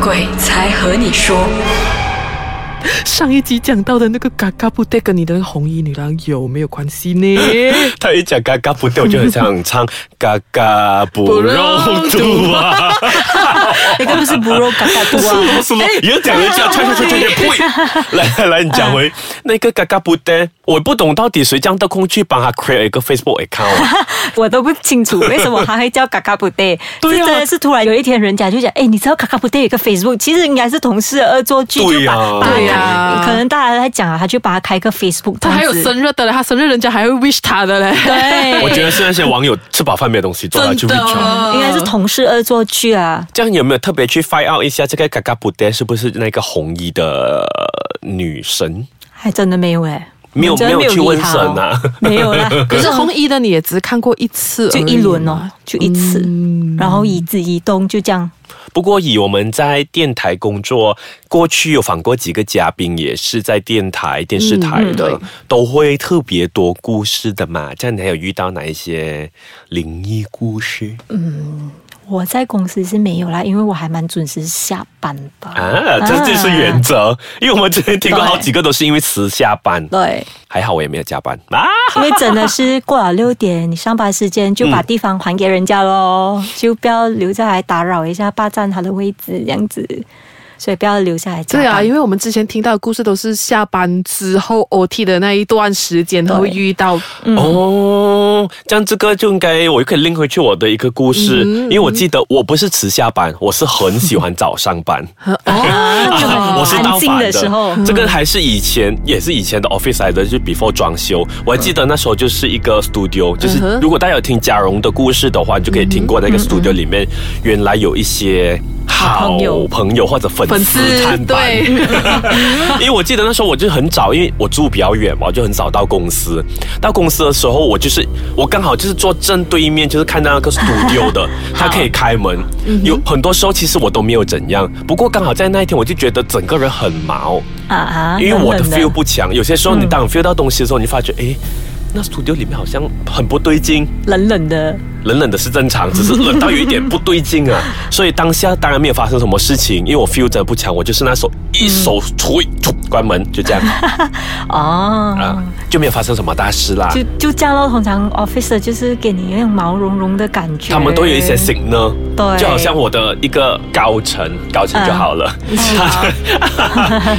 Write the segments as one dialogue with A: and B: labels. A: 鬼才和你说。
B: 上一集讲到的那个嘎嘎布袋跟你的红衣女郎有没有关系 呢？
C: 他一讲嘎嘎不掉，就很想唱嘎嘎不肉肚啊！
B: 哎
D: 那个不是 b r o 嘎嘎多
C: 什么
D: 啊，
C: 什么？也讲一下，踹踹踹踹踹，呸！来来来，你讲回那个嘎嘎不呆，我不懂到底谁这样的空去帮他 create 一个 Facebook account 啊。
D: 我都不清楚为什么他会叫嘎嘎布袋。
B: 对啊
D: 是真的是突然有一天人家就讲，哎，你知道嘎嘎布袋有一个 Facebook，其实应该是同事恶作剧，
C: 对
D: 就把
C: 啊
D: 把他
B: 对啊
D: 可能大家在讲啊，他就把他开个 Facebook，
B: 他还有
D: 这样子
B: 生日的嘞，他生日人家还会 wish 他的 嘞。
D: 对，
C: 我觉得是那些网友吃饱饭没有东西做，他就会转。
D: 应该是同事恶作剧啊。
C: 这样有没有特别去 find out 一下这个嘎嘎不呆是不是那个红衣的女神？
D: 还真的没有哎、
C: 没有
D: 我真的
C: 没有去问
D: 理他哦
C: 神啊
D: 没有 啦。
B: 可是红衣的你也只看过一次，
D: 就一轮哦，，
B: 嗯
D: 就一次，然后一直移动就这样。
C: 不过以我们在电台工作，过去有访过几个嘉宾，也是在电台、电视台的，都会特别多故事的嘛。这样你还有遇到哪一些灵异故事、
D: 我在公司是没有啦，因为我还蛮准时下班的。
C: 啊？这就是原则，因为我们之前听过
D: 对
C: 好几个都是因为迟下班，
D: 对，
C: 还好我也没有加班啊。
D: 因为真的是过了六点，你上班时间就把地方还给人家喽，就不要留下来打扰一下霸占他的位置这样子，所以不要留下来加
B: 对
D: 班。
B: 啊，因为我们之前听到的故事都是下班之后 OT 的那一段时间都会遇到，
C: 啊哦，这样这个就应该我又可以拎回去我的一个故事，因为我记得我不是迟下班，我是很喜欢早上班。
B: 哦
D: 啊
C: 我是
D: 安
C: 当
D: 静
C: 反
D: 的时候，嗯
C: 这个还是以前也是以前的 office 来的，就是 before 装修。我还记得那时候就是一
D: 嗯
C: 个 studio，就是如果大家有听嘉荣的故事的话，你就可以听过
D: 嗯
C: 那个 studio 里面原来有一些。好
D: 好朋友
C: 朋友或者粉
B: 粉
C: 丝
B: 丝
C: 探班，
B: 对，
C: 因为我记得那时候我就很早，因为我住比较远嘛，我就很早到公司。到公司的时候，我就是我刚好就是坐正对面，就是看到那个 studio 的，它可以开门。有很多时候其实我都没有怎样，不过刚好在那一天，我就觉得整个人很毛，
D: 啊啊，
C: 因为我的
D: 冷冷
C: feel 不强。有些时候你当你 feel 到东西的时候，你发觉诶，那 studio 里面好像很不对劲。
D: 冷冷的，
C: 冷冷的是正常，只是冷到有一点不对劲啊。所以当下当然没有发生什么事情，因为我 feel 真的不强，我就是那手一手推、突关门，就这样
D: 哦。
C: 啊，就没有发生什么大事啦
D: 就。就这样咯，通常 officer 就是给你那种毛茸茸的感觉。
C: 他们都有一些 signal，
D: 对
C: 就好像我的一个高层，高层就好了。
D: 嗯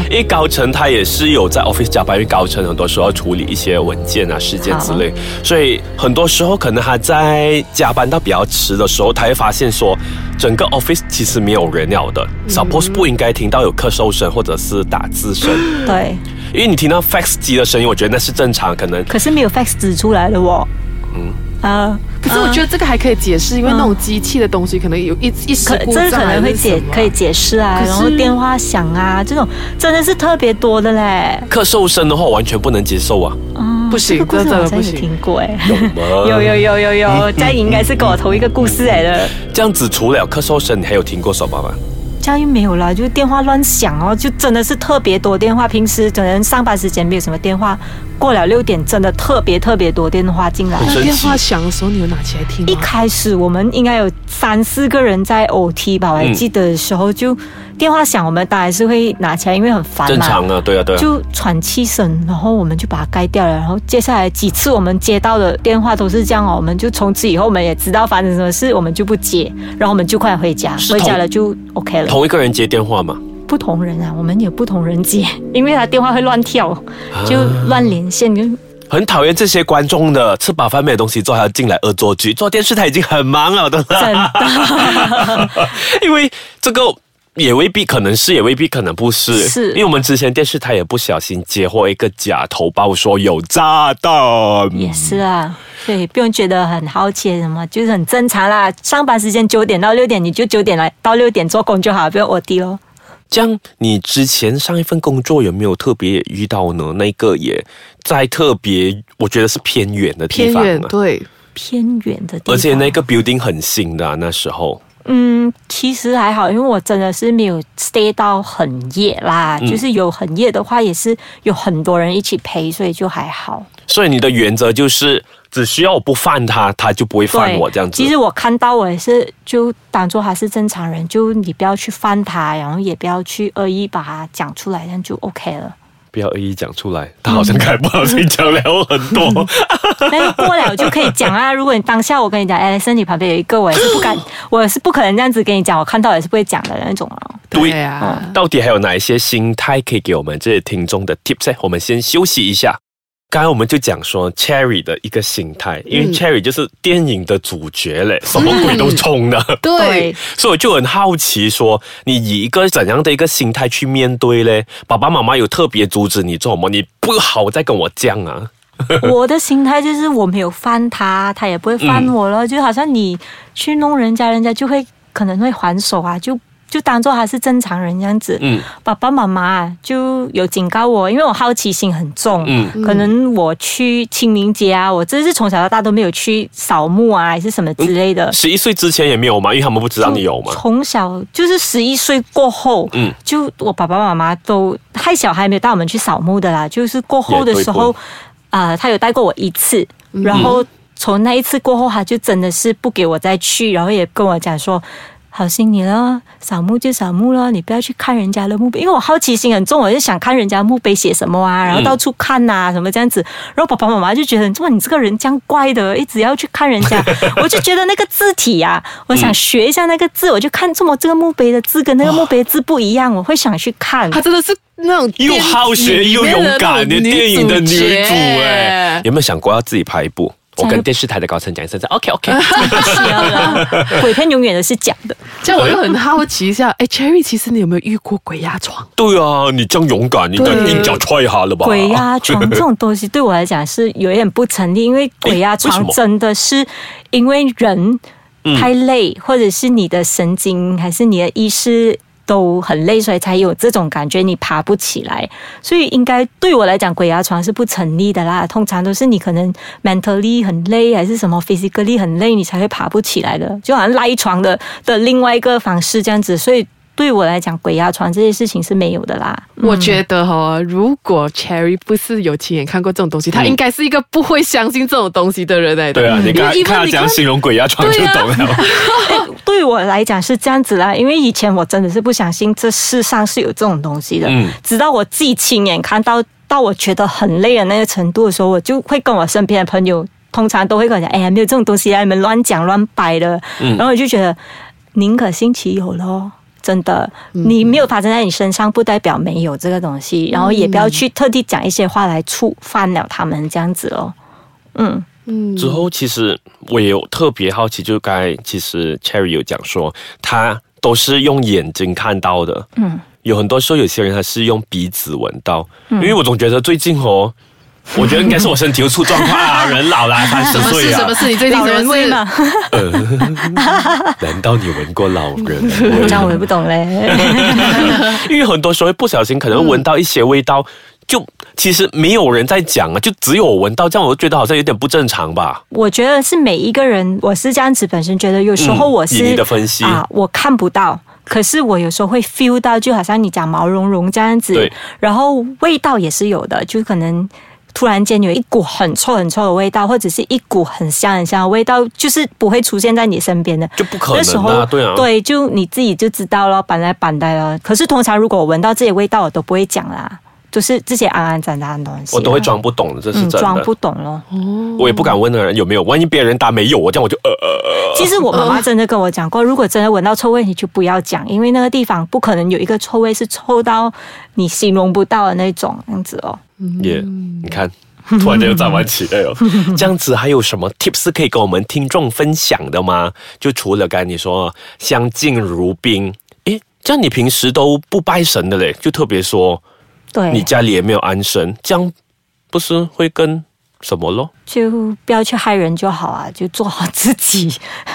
C: 因为高层他也是有在 office 加班，因为高层很多时候要处理一些文件啊、事件之类，所以很多时候可能他在加班到比较迟的时候，他会发现说，整个 office 其实没有人了的、s
D: 嗯
C: u p p o s e 不应该听到有咳嗽声或者是打字 声，
D: 对，
C: 因为你听到 fax 机的声音，我觉得那是正常，可能
D: 可是没有 fax 指出来的哦。嗯啊，
B: 可是我觉得这个还可以解释，因为那种机器的东西可能有一一时
D: 可
B: 故
D: 这
B: 障
D: 可能会解可以解释啊，
B: 可是
D: 然后电话响啊，这种真的是特别多的嘞。
C: 咳嗽声的话，我完全不能接受啊，
D: 嗯
B: 不行
D: 这个故事
B: 这真的
D: 我好像
B: 不
D: 有
B: 行
D: 听过哎。
C: 有嗯吗？
D: 有有有有嗯有，佳怡应该是跟我同一个故事来的。
C: 这样子除了咳嗽声，你还有听过什么吗？
D: 佳怡没有啦，就电话乱响哦，就真的是特别多电话。平时可能上班时间没有什么电话，过了六点真的特别特别多电话进来。
B: 那电话响的时候，你有拿起来听
D: 一
B: 吗？
D: 开始我们应该有三四个人在 OT 吧，我还
C: 嗯
D: 记得的时候就电话响，我们当然是会拿起来，因为很烦
C: 正
D: 嘛。
C: 常啊，对啊对啊。
D: 就喘气声，然后我们就把它盖掉了。然后接下来几次我们接到的电话都是这样哦，我们就从此以后我们也知道发生什么事，我们就不接，然后我们就快回家，
C: 是
D: 回
C: 同
D: 家了就 OK 了。
C: 同一个人接电话嘛，
D: 不同人啊，我们也不同人接，因为他电话会乱跳， 就乱连线，就
C: 很讨厌这些观众的吃饱饭没有东西做，还要进来恶作剧。做电视台已经很忙了的
D: 真
C: 啦，
D: 的
C: 因为这个。也未必可能是，也未必可能不是，
D: 是
C: 因为我们之前电视台也不小心接获一个假头报，说有炸弹，
D: 也是啊。所以不用觉得很好奇什么，就是很正常啦。上班时间九点到六点，你就九点来到六点做工就好，不要 OT 咯。
C: 这样，你之前上一份工作有没有特别遇到呢？那个也在特别，我觉得是偏远的地
B: 偏
C: 方、啊，
B: 远对，
D: 偏远的地方，
C: 而且那个 building 很新的啊、那时候
D: 嗯，其实还好，因为我真的是没有 stay 到很夜啦，
C: 嗯
D: 就是有很夜的话，也是有很多人一起陪，所以就还好。
C: 所以你的原则就是，只需要我不犯他，他就不会犯
D: 对
C: 我这样子。
D: 其实我看到我也是就当做他是正常人，就你不要去犯他，然后也不要去恶意把他讲出来，这样就 OK 了。
C: 不要一一讲出来，他好像开不好心讲了很
D: 嗯
C: 多。
D: 但是过了就可以讲啊。如果你当下我跟你讲，哎，身体旁边有一个，我也是不敢，我也是不可能这样子跟你讲，我看到也是不会讲的那种啊。
C: 对
B: 对啊，
C: 到底还有哪一些心态可以给我们这些听众的 tips？呢我们先休息一下。刚刚我们就讲说 Cherry 的一个心态，因为
D: 嗯
C: Cherry 就是电影的主角嘞，什么鬼都冲的，
B: 对，
C: 所以我就很好奇说，你以一个怎样的一个心态去面对嘞？爸爸妈妈有特别阻止你做什么？你不好再跟我犟啊！
D: 我的心态就是我没有翻他，他也不会翻我
C: 嗯
D: 了，就好像你去弄人家，人家就会可能会还手啊，就就当做他是正常人这样子。
C: 嗯
D: 爸爸妈妈就有警告我，因为我好奇心很重。
C: 嗯
D: 可能我去清明节啊，我真是从小到大都没有去扫墓啊，还是什么之类的。
C: 十一岁之前也没有吗？因为他们不知道你有
D: 就
C: 吗？
D: 从小就是十一岁过后，
C: 嗯
D: 就我爸爸妈妈都害小孩没有带我们去扫墓的啦，就是过后的时
C: 也
D: 候
C: 对，
D: 啊，他有带过我一次，然后从那一次过后，他就真的是不给我再去，然后也跟我讲说。好心你了，扫墓就扫墓了，你不要去看人家的墓碑，因为我好奇心很重，我就想看人家墓碑写什么啊，然后到处看呐、什么这样子。然后爸爸妈妈就觉得，怎么你这个人这样怪的，一直要去看人家，我就觉得那个字体呀、我想学一下那个字，我就看这么这个墓碑的字跟那个墓碑的字不一样，我会想去看。
B: 她真的是那种
C: 又好学又勇敢的
B: 的
C: 电影的女主哎、
B: 哎，
C: 有没有想过要自己拍一部？我
D: 想
C: 跟电视台的高层讲一声，OK OK，
D: 鬼片永远都是假的，
B: 这样我又很好奇一下，哎，Cherry，其实你有没有遇过鬼压床？
C: 对啊，你这样勇敢，你这样
B: 对
C: 硬脚踹他了吧？
D: 鬼压床这种东西对我来讲是有一点不成立，因为鬼压
C: 诶为什
D: 床
C: 么
D: 真的是因为人太累，或者是你的神经还是你的意识。都很累，所以才有这种感觉，你爬不起来。所以应该对我来讲，鬼压床是不成立的啦。通常都是你可能 mentally 很累，还是什么 physically 很累，你才会爬不起来的。就好像赖床的的另外一个方式这样子。所以对我来讲，鬼压床这些事情是没有的啦。
B: 我觉得哈、哦，如果 Cherry 不是有亲眼看过这种东西，他应该是一个不会相信这种东西的人来的。
C: 嗯对啊，你
B: 因
C: 刚
B: 为因为
C: 看他
B: 你
C: 怎样形容鬼压床就
B: 对啊
C: 懂了。
D: 对我来讲是这样子啦，因为以前我真的是不相信这世上是有这种东西的，
C: 嗯
D: 直到我自己亲眼看到，到我觉得很累的那个程度的时候，我就会跟我身边的朋友，通常都会跟我讲：“哎呀，没有这种东西啊，你们乱讲乱掰的。然后我就觉得宁可信其有咯。真的，你没有发生在你身上，不代表没有这个东西，
B: 嗯
D: 然后也不要去特地讲一些话来触犯了他们这样子哦。嗯，
B: 嗯
C: 之后其实我也有特别好奇，就刚才其实 Cherry 有讲说，他都是用眼睛看到的。嗯，有很多时候有些人他是用鼻子闻到，因为我总觉得最近哦。我觉得应该是我身体又出状况啊，人老啦，三十
B: 什么
C: 岁
B: 事？
C: 啊
B: 什么，事？你最近
D: 老
B: 什
D: 人
B: 么
D: 味
B: 事？
D: 嘛，
C: 难道你闻过老人
D: 这样我
C: 味？
D: 也不懂嘞。
C: 因为很多时候会不小心可能闻到一些味道，就其实没有人在讲啊，就只有我闻到，这样我就觉得好像有点不正常吧。
D: 我觉得是每一个人，我是这样子，本身觉得有时候
C: 嗯
D: 我
C: 以
D: 是、
C: 你的分析
D: 啊，我看不到。可是我有时候会 feel 到，就好像你讲毛茸茸这样子
C: 对，
D: 然后味道也是有的，就可能突然间有一股很臭很臭的味道，或者是一股很香很香的味道，就是不会出现在你身边的，
C: 就不可能啊
D: 那时候
C: 对啊
D: 对，就你自己就知道了，板来板呆了。可是通常如果我闻到这些味道，我都不会讲啦，就是这些肮肮脏脏的东西啊，
C: 我都会装不懂的，这是
D: 嗯
C: 真
D: 装
C: 的。
D: 不懂咯。
C: 我也不敢问的人有没有，万一别人答没有，我这样我就呃 呃
D: 其实我妈妈真的跟我讲过，如果真的闻到臭味，你就不要讲，因为那个地方不可能有一个臭味是臭到你形容不到的那种这样子哦。
C: 呃，也、你看，突然间又再玩起来了。这样子还有什么 tips 可以跟我们听众分享的吗？就除了刚才你说相敬如宾，诶，这样你平时都不拜神的嘞，就特别说你
D: 对，
C: 家里也没有安神，这样不是会跟什么咯？
D: 就不要去害人就好啊，就做好自己。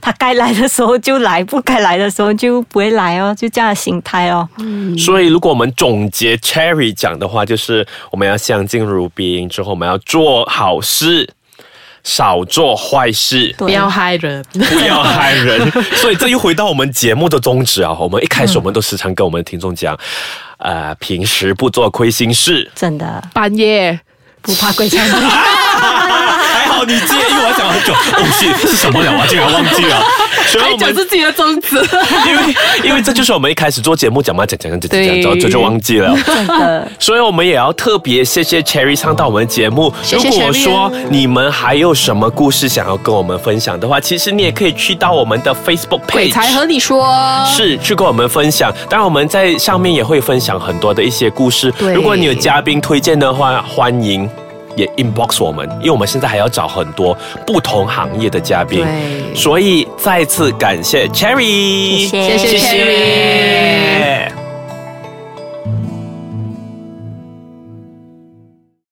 D: 他该来的时候就来，不该来的时候就不会来哦，就这样的心态哦。
C: 所以，如果我们总结 Cherry 讲的话，就是我们要相敬如宾，之后我们要做好事，少做坏事，
B: 不
D: 对
B: 要害人。
C: 不要害 人。所以这又回到我们节目的宗旨啊！我们一开始我们都时常跟我们的听众讲，呃，平时不做亏 心事。
D: 真的
B: 半夜
D: 不怕鬼缠身。
C: 还好你介意，我想很久，哦，是是什么了？我竟然忘记 了。所以
B: 还
C: 我
B: 讲
C: 们
B: 自己的宗 旨，
C: 因为因为这就是我们一开始做节目讲嘛，讲讲讲讲讲，
B: 对
C: 然后这就忘记了。
D: 真的，
C: 所以我们也要特别谢谢 Cherry 上到我们的节目。
B: 谢谢
C: 如果
B: Cherry
C: 说你们还有什么故事想要跟我们分享的话，其实你也可以去到我们的 Facebook
B: 鬼才
C: page。
B: 和你说。
C: 是去跟我们分享，当然我们在上面也会分享很多的一些故事。
B: 对
C: 如果你有嘉宾推荐的话，欢迎也 inbox 我们，因为我们现在还要找很多不同行业的嘉宾。
B: 对
C: 所以再次感谢 Cherry，
D: 谢谢
B: 谢谢 Cherry